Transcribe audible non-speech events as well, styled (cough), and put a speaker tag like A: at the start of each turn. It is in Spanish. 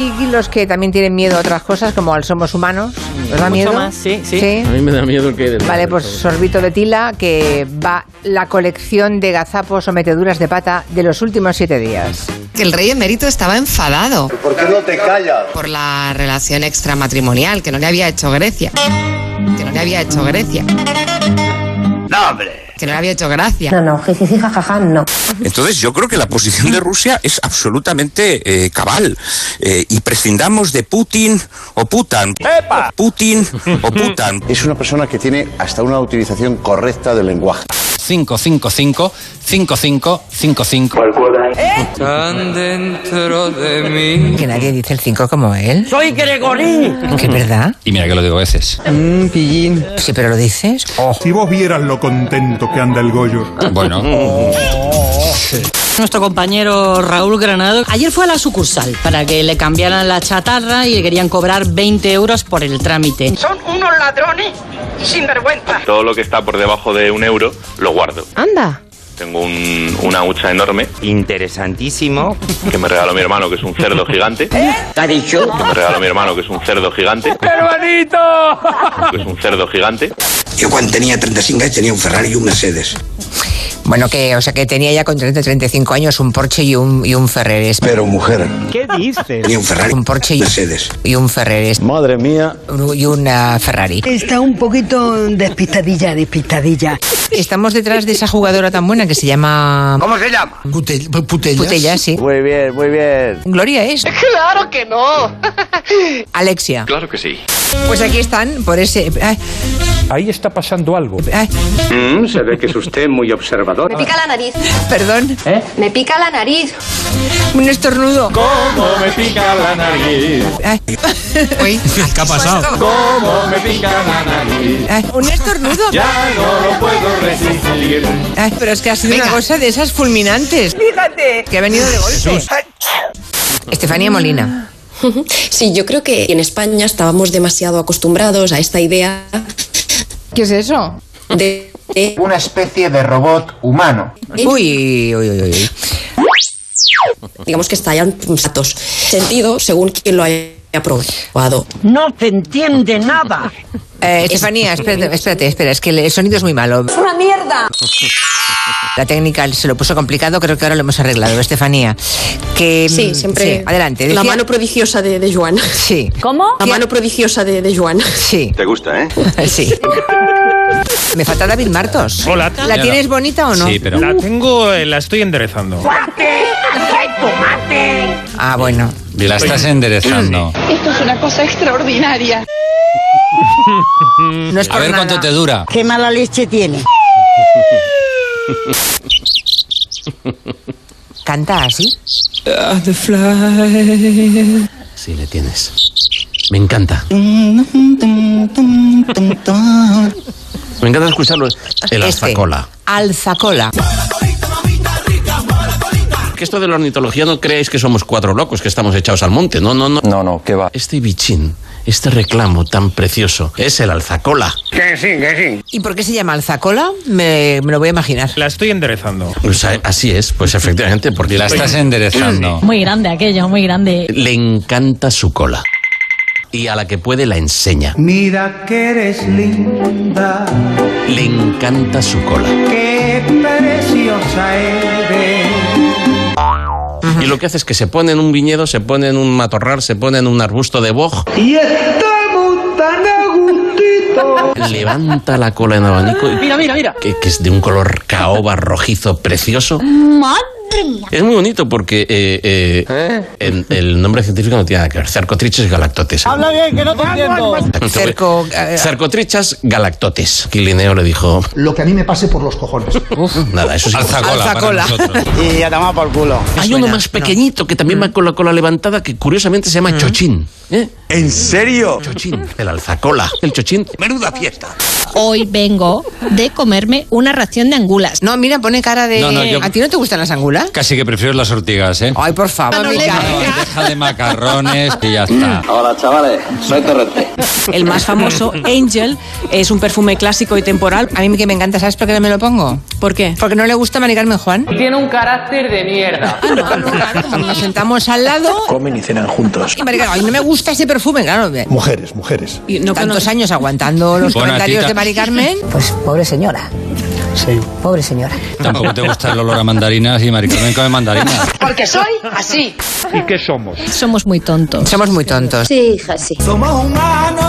A: Hay los que también tienen miedo a otras cosas, como al somos humanos. ¿Os da
B: Mucho
A: miedo?
B: más, sí, sí.
A: ¿Sí?
C: A mí me da miedo el que hay detrás.
A: Vale, pues sorbito de tila, que va la colección de gazapos o meteduras de pata de los últimos siete días.
D: Que el rey emérito estaba enfadado
E: ¿Por qué no te callas?
D: por la relación extramatrimonial que no le había hecho Grecia. Que no le había hecho Grecia.
E: ¡No, hombre!
D: Que no le había hecho gracia.
F: No, no, jijiji, jajaja, no.
G: Entonces yo creo que la posición de Rusia es absolutamente eh, cabal. Eh, y prescindamos de Putin o Putan. Putin o Putan.
E: Es una persona que tiene hasta una utilización correcta del lenguaje.
H: 555 5555
A: Que nadie dice el 5 como él. ¡Soy Gregorín! ¿Que es verdad?
H: Y mira que lo digo a veces.
A: Sí, pero lo dices.
I: Si vos vieras lo contento que anda el Goyo.
H: Bueno,
B: Nuestro compañero Raúl Granado ayer fue a la sucursal para que le cambiaran la chatarra y le querían cobrar 20 euros por el trámite.
J: Son unos ladrones y sinvergüenza.
G: Todo lo que está por debajo de un euro lo guardo.
B: Anda.
G: Tengo un- una hucha enorme
H: interesantísimo.
G: que me regaló mi hermano, que es un cerdo gigante.
J: ¿Eh? ¿Te ha dicho?
G: Que me regaló mi hermano, que es un cerdo gigante. ¡Hermanito! Que es un cerdo gigante.
E: (laughs) Yo cuando tenía 35 años tenía un Ferrari y un Mercedes.
A: Bueno, que, o sea, que tenía ya con 30, 35 años un Porsche y un, y un Ferreres.
E: Pero mujer,
H: ¿Qué dices?
E: tenía un Ferrari
A: Un Porsche y,
E: Mercedes.
A: y un Ferreres.
E: Madre mía.
A: Y una Ferrari.
J: Está un poquito despistadilla, despistadilla.
A: Estamos detrás de esa jugadora tan buena que se llama
E: ¿Cómo se llama?
A: Putella, sí.
E: Muy bien, muy bien.
A: Gloria
E: (laughs)
A: es. ¡Claro que no! Alexia.
G: Claro que sí.
A: Pues aquí están, por ese. ay,
H: Ahí está pasando algo.
A: ay,
E: Mm, se ve que es usted muy observador.
F: pica la nariz.
A: perdón,
F: Me pica la nariz.
A: un estornudo.
H: ¿Cómo me pica la nariz?
A: Ay,
D: Uy,
H: ¿Qué ha pasado? ¿Cómo me pica la nariz?
A: ay, un estornudo.
H: Ya no lo puedo resistir.
A: Ay, pero es que ha sido
D: Venga.
A: una cosa de esas fulminantes. Fíjate. Que ha venido de golpe. Estefanía Molina.
F: Sí, yo creo que en España estábamos demasiado acostumbrados a esta idea
A: ¿Qué es eso?
F: de... de-
E: Una especie de robot humano.
A: Uy, uy, uy, uy.
F: digamos que estallan datos. Sentido según quien lo haya probado.
J: No te entiende nada.
A: Eh, Estefanía, espérate, espérate, espera, es que el sonido es muy malo. ¡Es una mierda! (laughs) La técnica se lo puso complicado, creo que ahora lo hemos arreglado, Estefanía. Que,
F: Sí,
A: mm,
F: siempre.
A: sí, adelante.
F: La
A: decía-
F: mano prodigiosa de, de Joan.
A: Sí,
B: ¿Cómo?
F: La mano prodigiosa de, de Joan.
A: sí,
G: ¿Te gusta, eh?
A: (laughs) sí. Me falta David Martos.
H: Hola.
A: ¿La tienes bonita o no?
H: Sí, pero.
I: La tengo, la estoy enderezando.
A: Ah, bueno.
H: La estás enderezando.
J: Esto es una cosa extraordinaria.
A: No es
H: A
A: por
H: ver
A: nada.
H: cuánto te dura.
J: Qué mala leche tiene.
A: Canta así.
H: Sí, le tienes. Me encanta.
C: Me encanta escucharlo.
H: El
A: Este.
H: alzacola.
A: Alzacola.
C: Que esto de la ornitología no creéis que somos cuatro locos que estamos echados al monte. No, no, no.
E: No, no, que va.
C: Este bichín, este reclamo tan precioso, es el alzacola.
A: ¿Y por qué se llama alzacola? Me, me lo voy a imaginar.
I: La estoy enderezando.
C: O sea, así es, pues efectivamente, porque
H: La estás enderezando.
B: Muy grande aquello, muy grande.
C: le encanta su cola. Y a la que puede la enseña.
I: Mira que eres linda,
C: Le encanta su cola.
I: qué preciosa eres.
C: Y lo que hace es que se pone en un viñedo, se pone en un matorral, se pone en un arbusto de boj,
I: Y estamos tan a gustito.
C: levanta la cola en abanico. Mira, mira, mira. Que, que es de un color caoba rojizo precioso. Es muy bonito porque eh, eh, en- el nombre científico no tiene nada que ver. Cercotriches galactotes. Habla bien, que no te entiendo.
A: Cerco- eh,
C: Cercotrichas galactotes. Quilineo le dijo.
E: Lo que a mí me pase por los
C: (laughs)
E: cojones.
C: Nada, eso sí.
H: Alzacola.
A: Alzacola.
H: para nosotros.
E: y ya tomado por culo.
C: Hay
A: suena,
C: uno más
A: no.
C: pequeñito que también va con la cola levantada que curiosamente se llama Chochín. ¿eh?
E: ¿En serio?
C: Chochín, el alzacola. El Chochín. Menuda fiesta.
B: Hoy vengo de comerme una ración de angulas.
A: No, mira, pone cara de.
H: No, no, yo-
A: ¿A ti no te gustan las angulas? verdad?
H: Casi que prefiero las ortigas, ¿eh?
A: Ay, por favor, Micaela.
H: Deja de macarrones y ya está.
K: Hola chavales, soy Torrente.
F: El más famoso, Angel, es un perfume clásico y temporal.
A: A mí que me encanta, ¿sabes por qué me lo pongo?
F: ¿Por qué?
A: Porque no le gusta Mari Carmen Juan. Ah,
L: Tiene un carácter de mierda.
A: Nos sentamos al lado
E: Comen y cenan juntos.
A: y Mari Carmen, ay, no me gusta ese perfume, claro. me-
E: Mujeres, mujeres.
F: Y no
A: Tantos años aguantando los
H: Bueno,
A: comentarios
H: tita.
A: de Mari Carmen.
J: Pues pobre señora.
E: Sí.
J: Pobre señora.
H: Tampoco te gusta el olor a mandarinas y maricarmen come mandarinas.
J: Porque soy así.
H: ¿Y qué somos?
F: Somos muy tontos.
A: Somos muy tontos.
J: Sí, hija, sí.
M: Somos humanos.